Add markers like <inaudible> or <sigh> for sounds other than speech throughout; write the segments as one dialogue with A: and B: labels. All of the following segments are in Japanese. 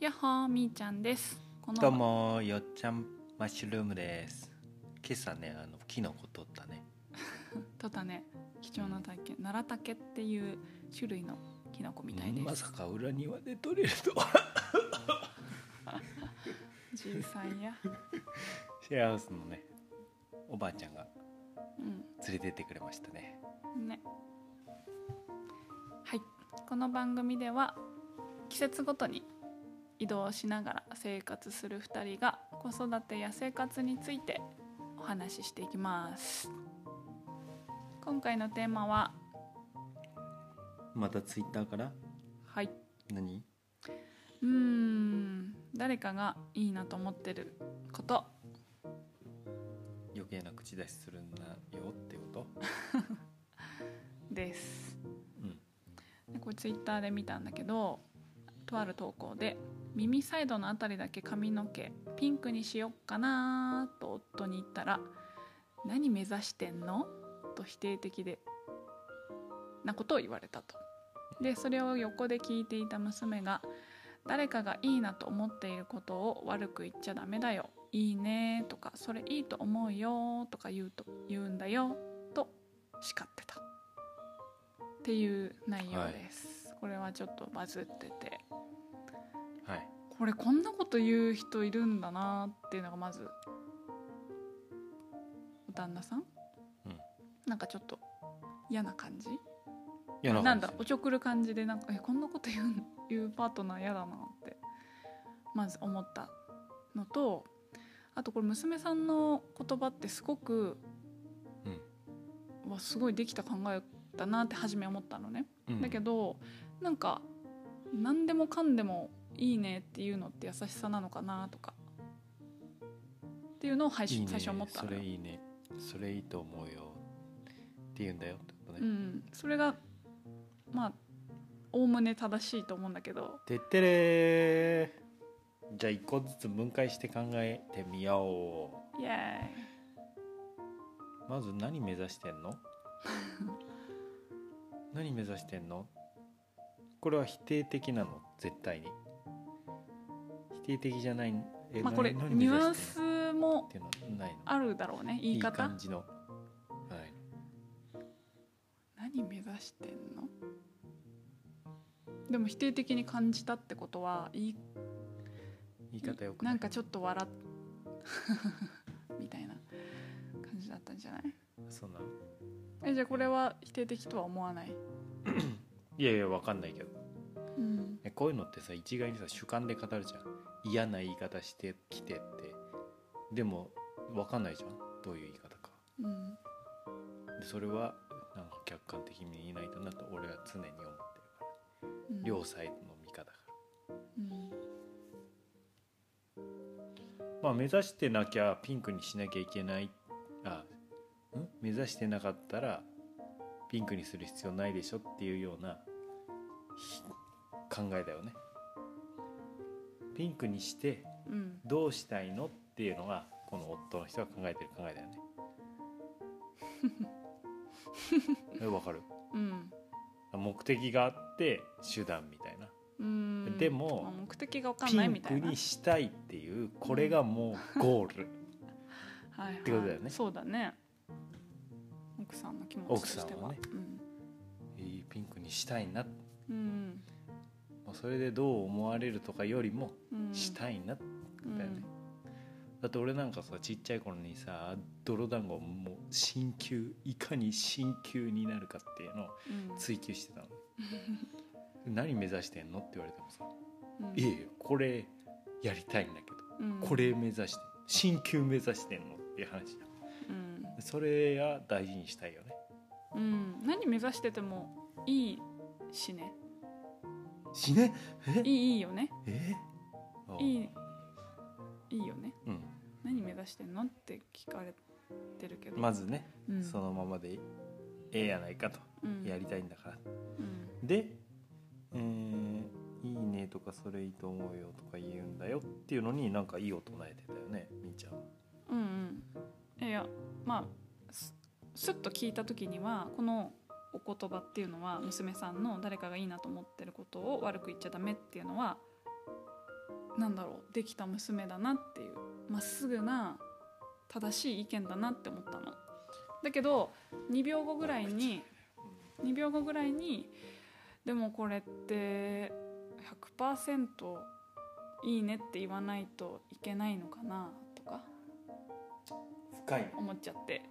A: やっほーみーちゃんですこの
B: どうもよっちゃんマッシュルームです今朝ねあのキノコ取ったね
A: とたね貴重な体験奈良竹っていう種類のキノコみたいです、
B: まさか裏庭で取れるとは <laughs>
A: じいさんや、
B: シェアハウスのねおばあちゃんが
A: う
B: 連れてってくれましたね
A: ん、ねはいこの番組では季節ごとに移動しながら生活する2人が子育てや生活についてお話ししていきます今回のテーマは
B: またツイッターから
A: はい
B: 何
A: うーん誰かがいいなと思ってること
B: 余計な口出しするんだよってこと
A: です
B: うん
A: でこれツイッターで見たんだけどとある投稿で耳サイドのあたりだけ髪の毛ピンクにしよっかなと夫に言ったら「何目指してんの?」と否定的でなことを言われたと。でそれを横で聞いていた娘が「誰かがいいなと思っていることを悪く言っちゃダメだよ」「いいね」とか「それいいと思うよ」とか言うと言うんだよと叱ってた。っていう内容です、これはちょっとバズってて
B: はい
A: これこんなこと言う人いるんだなっていうのがまずお旦那さん、なんかちょっと嫌な感じ
B: いや
A: なんだ
B: か
A: おちょくる感じでなんかえこんなこと言う言うパートナー嫌だなってまず思ったのとあとこれ娘さんの言葉ってすごく、わすごいできた考えだなって初め思ったのね。だけ
B: ど
A: どなんか何でもかんでもいいねっていうのって優しさなのかなとかっていうのを最初
B: いいね
A: 最初思った
B: そ
A: のよ
B: れいいねそれいいと思うよって言うんだよってこと
A: う
B: ね
A: ん、それがまあおおむね正しいと思うんだけど
B: てってれーじゃあ一個ずつ分解して考えてみよう
A: イエーイ
B: まず何目指し
A: <laughs>
B: てんの何目指してんのこれは否定的なの絶対に否定的じゃないえ
A: まあこれ
B: 何何
A: ニュ
B: 目
A: アン
B: 指してんの
A: スも
B: っていうのはないの
A: あるだろうね言い
B: い
A: 方
B: 感じのはい
A: 何目指してんのでも否定的に感じたってことはいい
B: 言い方よく
A: ないんかちょっ <laughs> と笑っみたいな感じだったんじゃない
B: そんな
A: えじゃあこれは否定的とは思わない、
B: いやいやわかんないけど
A: うん、
B: えこういうのってさ一概にさ主観で語るじゃん嫌な言い方してきてってでもわかんないじゃんどういう言い方か
A: うん
B: でそれはなんか客観的に言えないとなと俺は常に思ってるから
A: うん
B: 両サイドの見方か
A: うん
B: ら、まあ、目指してなきゃピンクにしなきゃいけないあん目指してなかったらピンクにする必要ないでしょっていうようなひ考えだよねピンクにして
A: うん
B: どうしたいのっていうのがこの夫の人が考えてる考えだよねえわかる
A: うん
B: 目的があって手段みたいな
A: うん
B: でも
A: まあ目的が分かん
B: ピ
A: ない
B: ン
A: みた
B: ク
A: いな
B: にしたいっていうこれがもうゴール
A: はいはい
B: ってことだよね
A: そうだね奥さんの気持ちとしては
B: 奥さんはねいいピンクにしたいな
A: うん
B: もうそれでどう思われるとかよりも
A: うんうん
B: したいな、
A: うん
B: だよねだって俺なんかさちっちゃい頃にさ泥団子もう鍼灸いかに鍼灸になるかっていうのを
A: うん
B: 追求してたの何目指してんのって言われてもさ
A: うん
B: 「いえいえこれやりたいんだけ
A: うん
B: どこれ目指して鍼灸目指してんの?」っていう話じゃん
A: うん
B: それが大事にしたいよね
A: うん何目指しててもいいしね
B: 死ねえ
A: いいいいよね
B: え
A: いいいいよね
B: うん
A: 何目指してんのって聞かれてるけど
B: まずね
A: うん
B: そのままでええやないかと
A: うん
B: やりたいんだから、
A: うん
B: で、えー「いいね」とか「それいいと思うよ」とか言うんだよっていうのになんかいい音唱えてたよねみーちゃんは
A: うんうん、いやまあすすっと聞いた時にはこのお言葉っていうのは娘さんの誰かがいいなと思ってることを悪く言っちゃダメっていうのはなんだろうできた娘だなっていうまっすぐな正しい意見だなって思ったの。だけど2秒後ぐらいに2秒後ぐらいにでもこれって100%いいねって言わないといけないのかなとか
B: 深いね
A: 思っちゃって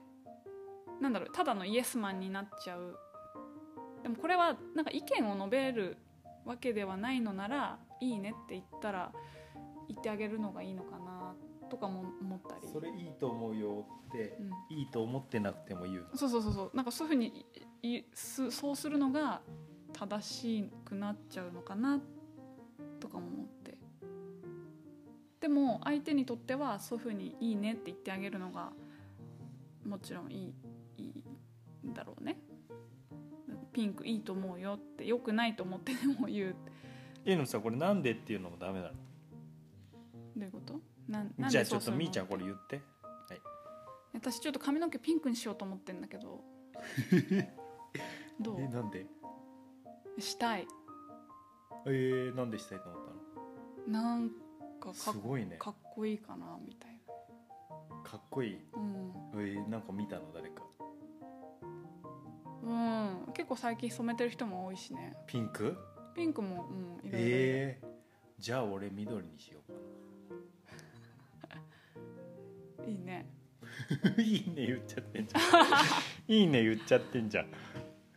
A: なんだろうただのイエスマンになっちゃうでもこれはなんか意見を述べるわけではないのならいいねって言ったら言ってあげるのがいいのかなとかも思ったり
B: それいいと思うよって
A: う、ん、
B: いいと思ってなくても言うの
A: そうそうそうそうなんかそういうふうにいいすそうするのが正しくなっちゃうのかなとかも思ってでも相手にとってはそういうふうに「いいね」って言ってあげるのがもちろんいいいいんだろうねピンクいいと思うよってよくないと思ってでも言う
B: えのさこれなんでっていうのもダメな
A: どういうことなんな
B: の
A: ん
B: じ
A: で
B: ゃあち
A: そう
B: ょっ
A: す
B: と
A: るの
B: みーちゃんこれ言って
A: 私ちょっと髪の毛ピンクにしようと思ってんだけ
B: <laughs>
A: どど
B: え
A: う
B: なんで
A: したい
B: えー、なんでしたいと思ったの
A: なんかか
B: す
A: っ
B: ごいね
A: か
B: か
A: っこいいかなみたい
B: っこいい
A: なうん、
B: えー、なんか見たの誰か
A: うん、結構最近染めてる人も多いしね
B: ピンク
A: ピンクも、うん、いろいろいる、
B: えー、じゃあ俺緑にしようか
A: いいね <laughs>
B: ないいね言っちゃってんじゃんいいね言っちゃってんじゃん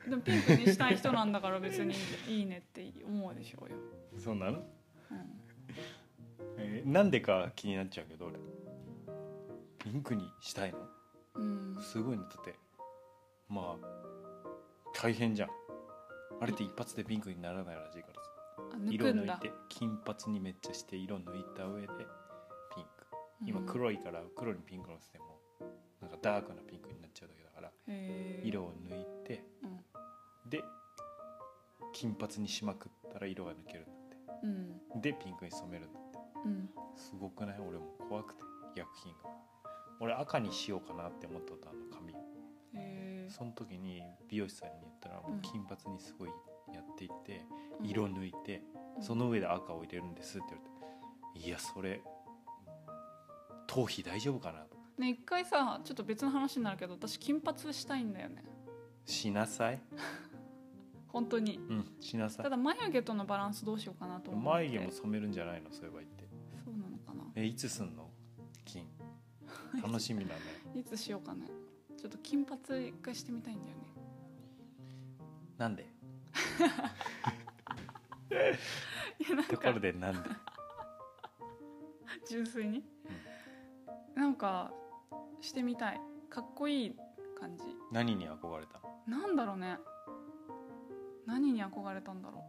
A: でもピンクにしたい人なんだから別に <laughs> いいねって思うでしょうよ、
B: そうなの、
A: うん
B: えー、なんでか気になっちゃうけど俺ピンクにしたいの
A: うん、
B: すごいねだってまあ大変じゃんあれって一発でピンクにならないらしいからさ
A: あ抜
B: 色
A: くん
B: 抜い
A: だ
B: て金髪にめっちゃして色抜いた上でピンク今
A: うん、へ
B: 黒いから黒にピンクのせてもなんかダークなピンクになっちゃうだけだから
A: え
B: 色を抜いて
A: うん
B: で金髪にしまくったら色が抜けるんだっ
A: うん
B: てでピンクに染めるんだって
A: うん
B: すごくない俺もう怖くて薬品が俺赤にしようかなって思ったことあるの髪を
A: へえ
B: その時に美容師さんに言ったらもう金髪にすごいやっていって、
A: うん
B: 色抜いて、
A: うん
B: その上で赤を入れるんですって言われていやそれ頭皮大丈夫かな
A: ね一回さちょっと別の話になるけど私金髪したいんだよね
B: しなさい
A: 本当に
B: うんしなさ
A: た
B: い
A: だ眉毛とのバランスどうしようかなと思って
B: 眉毛も染めるんじゃないのそういえば言って
A: そうなのかな
B: えいつすんの <laughs> 金楽しみだね
A: いつしようかねちょっと金髪一回してみたいんだよね
B: なんで
A: <laughs> いやなん
B: とこ
A: か
B: ろでなんで
A: 純粋に、なんかしてみたいかっこいい感じ
B: 何に憧れたの
A: なんだろうね何に憧れたんだろ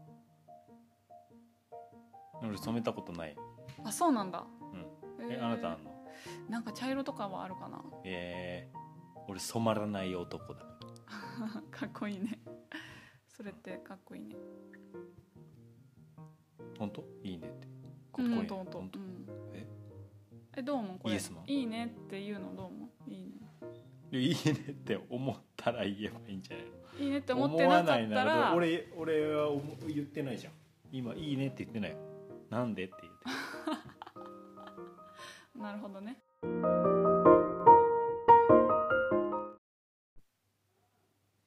B: 俺染めたことない、
A: うあそうなんだ、
B: うん、え
A: えー
B: あなたあんの
A: なんか茶色とかはあるかな <laughs>
B: えー、俺染まらない男だ
A: かっこいいねそれってかっこいいね
B: 本当いいねって
A: う
B: いい
A: ん
B: ね
A: ほんとほんと
B: 本当
A: うん
B: え
A: えどうもこれ
B: イエスマン
A: いいねっていうのどうもいいね
B: いいねって思ったら言えばいいんじゃないの
A: いいねって思ってなかっ
B: 思
A: た
B: わないな
A: ら
B: 俺俺は思う言ってないじゃん今「いいね」って言ってないなんでって言って
A: なるほどね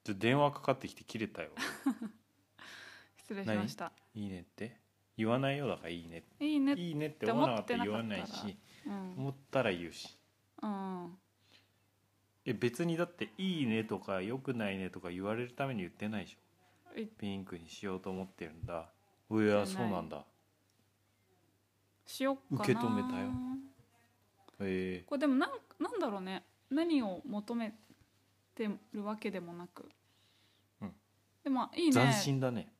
B: ちょ電話かかってきて切れたよ
A: 失礼しました
B: 「いいね」って言わないようだから「いいね」
A: いいね
B: いいねって思わなかったら言わないし
A: うん、
B: 思ったら言うし
A: うん
B: え別にだって「いいね」とか「よくないね」とか言われるために言ってないでし
A: え
B: ょピンクにしようと思ってるんだうわ
A: して
B: そ
A: ないう
B: なんだ
A: しよっかな
B: 受け止めたよへえ
A: これでもなんなんだろうね何を求めてるわけでもなく、
B: うん
A: でもいいね
B: 斬新だね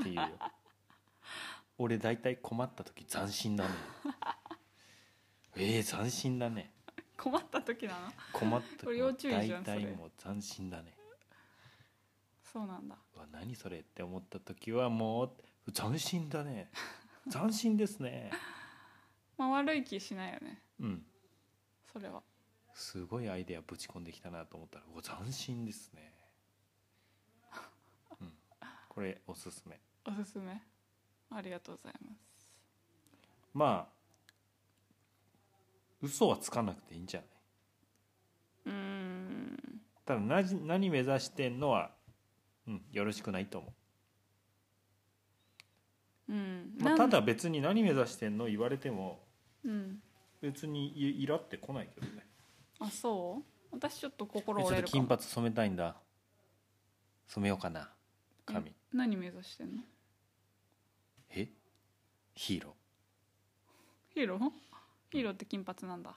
B: っていうよ <laughs> 俺大体困った時斬新だね <laughs> えー、斬新だね
A: 困った時だな
B: 困った
A: これ
B: 時
A: 要注意
B: 大
A: じゃん
B: 体
A: それ
B: もう斬新だね
A: そうなんだ
B: うわ何それって思った時はもう斬新だね斬新ですね
A: まあ悪い気しないよね
B: うん
A: それは
B: すごいアイデアぶち込んできたなと思ったらうわ斬新ですねうんこれおすすめ
A: おすすめありがとうございます
B: まあ嘘はつかなくていいんじゃないう
A: ーん
B: ただ何何目指してんのは、うん、よろしくないと思
A: うん
B: う、まあ、
A: な
B: た
A: ん
B: だ別に何目指してんの言われても
A: うん
B: 別にイイラってこないけどね
A: あそう私ちょっと心
B: えち
A: 折
B: ょっ
A: れ
B: と
A: るか
B: 金
A: も
B: 髪染めたいんだ染めようかな髪
A: 何目指してんの
B: えヒーロ
A: ヒーローヒーローって金髪なんだ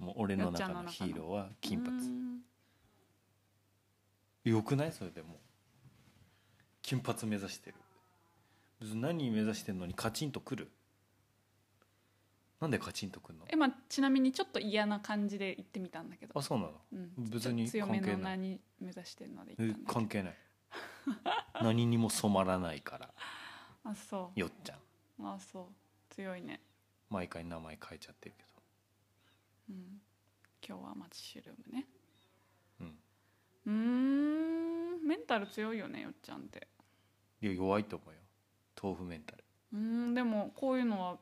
B: ーもう俺の
A: よっちゃ
B: 中
A: んの
B: の
A: 中の
B: ヒーローは金
A: うー
B: 髪
A: ん
B: よくないそれでもう金髪目指してる別に何目指してんのにカチンとくるなんでカチンとくんの
A: えまあちなみにちょっと嫌な感じで言ってみたんだけど
B: あそうなの
A: うん
B: 別に
A: ちょっと強めの
B: 関係な
A: 何目指してるので言
B: え
A: ったんだけど
B: 関係ない何にも染まらないから
A: あそ
B: よっちゃん
A: うあそう強いね
B: 毎回名前変えちゃってるけ
A: うん今日はマッシュルームね
B: どうん
A: うーんメンタル強いよねよっちゃんって
B: いや弱いと思うよ豆腐メンタル
A: うーんでもこういうのは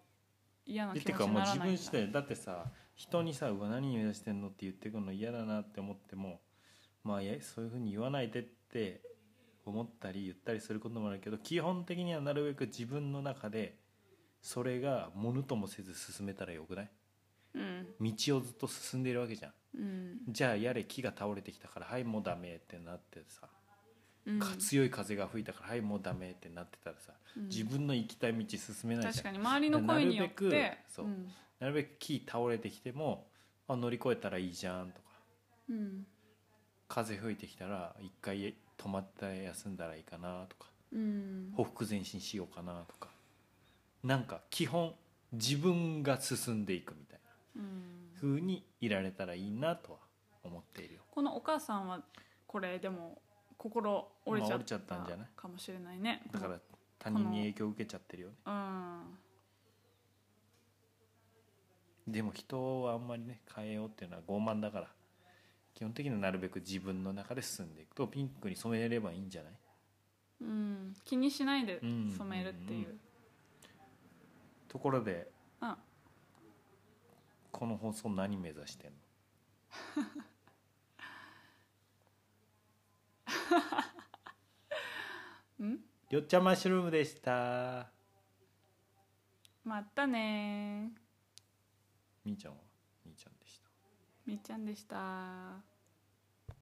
A: 嫌な
B: え
A: 気
B: て
A: 持ち
B: か
A: に
B: もう
A: なら
B: 自
A: ない
B: 分
A: んだ
B: 次第だってさ人にさ「うわ何目指してんの?」って言ってくの嫌だなって思ってもまあいやそういうふうに言わないでって思ったり言ったりすることもあるけど基本的にはなるべく自分の中でそれがものともせず進めたらよくない
A: うん
B: 道をずっと進んでいるわけじゃん
A: うん
B: じゃあやれ木が倒れてきたから「はいもうダメ」ってなってさ、
A: うん
B: か強い風が吹いたから「はいもうダメ」ってなってたらさ
A: うん
B: 自分の行きたい道進めないじ
A: 確
B: ゃん
A: かに周りの声によっ
B: なるべ
A: て
B: くそう
A: うん
B: なるべく木倒れてきてもあ乗り越えたらいいじゃんとか
A: うん
B: 風吹いてきたら一回止まったら休んだらいいかなとか
A: うん
B: ほふ前進しようかなとかなんか基本自分が進んでいくみたいな
A: うん
B: 風にいられたらいいなとは思っているよ
A: このお母さんはこれでも心折れち
B: ま
A: ゃ
B: あ折
A: っ
B: れちゃった
A: た
B: んじゃない
A: かもしれないね
B: だから他人に影響を受けちゃってるよね
A: うん
B: でも人はあんまりね変えようっていうのは傲慢だから基本的にはなるべく自分の中で進んでいくとピンクに染めればいいんじゃない
A: うん気にしないで
B: うん
A: 染めるって
B: うん
A: い
B: うん
A: う
B: ところで
A: あ
B: この放送何目指してんの
A: うん
B: よっちゃんマッシュルームでした
A: またねー
B: みーちゃんはみーちゃんでした
A: みっちゃんでした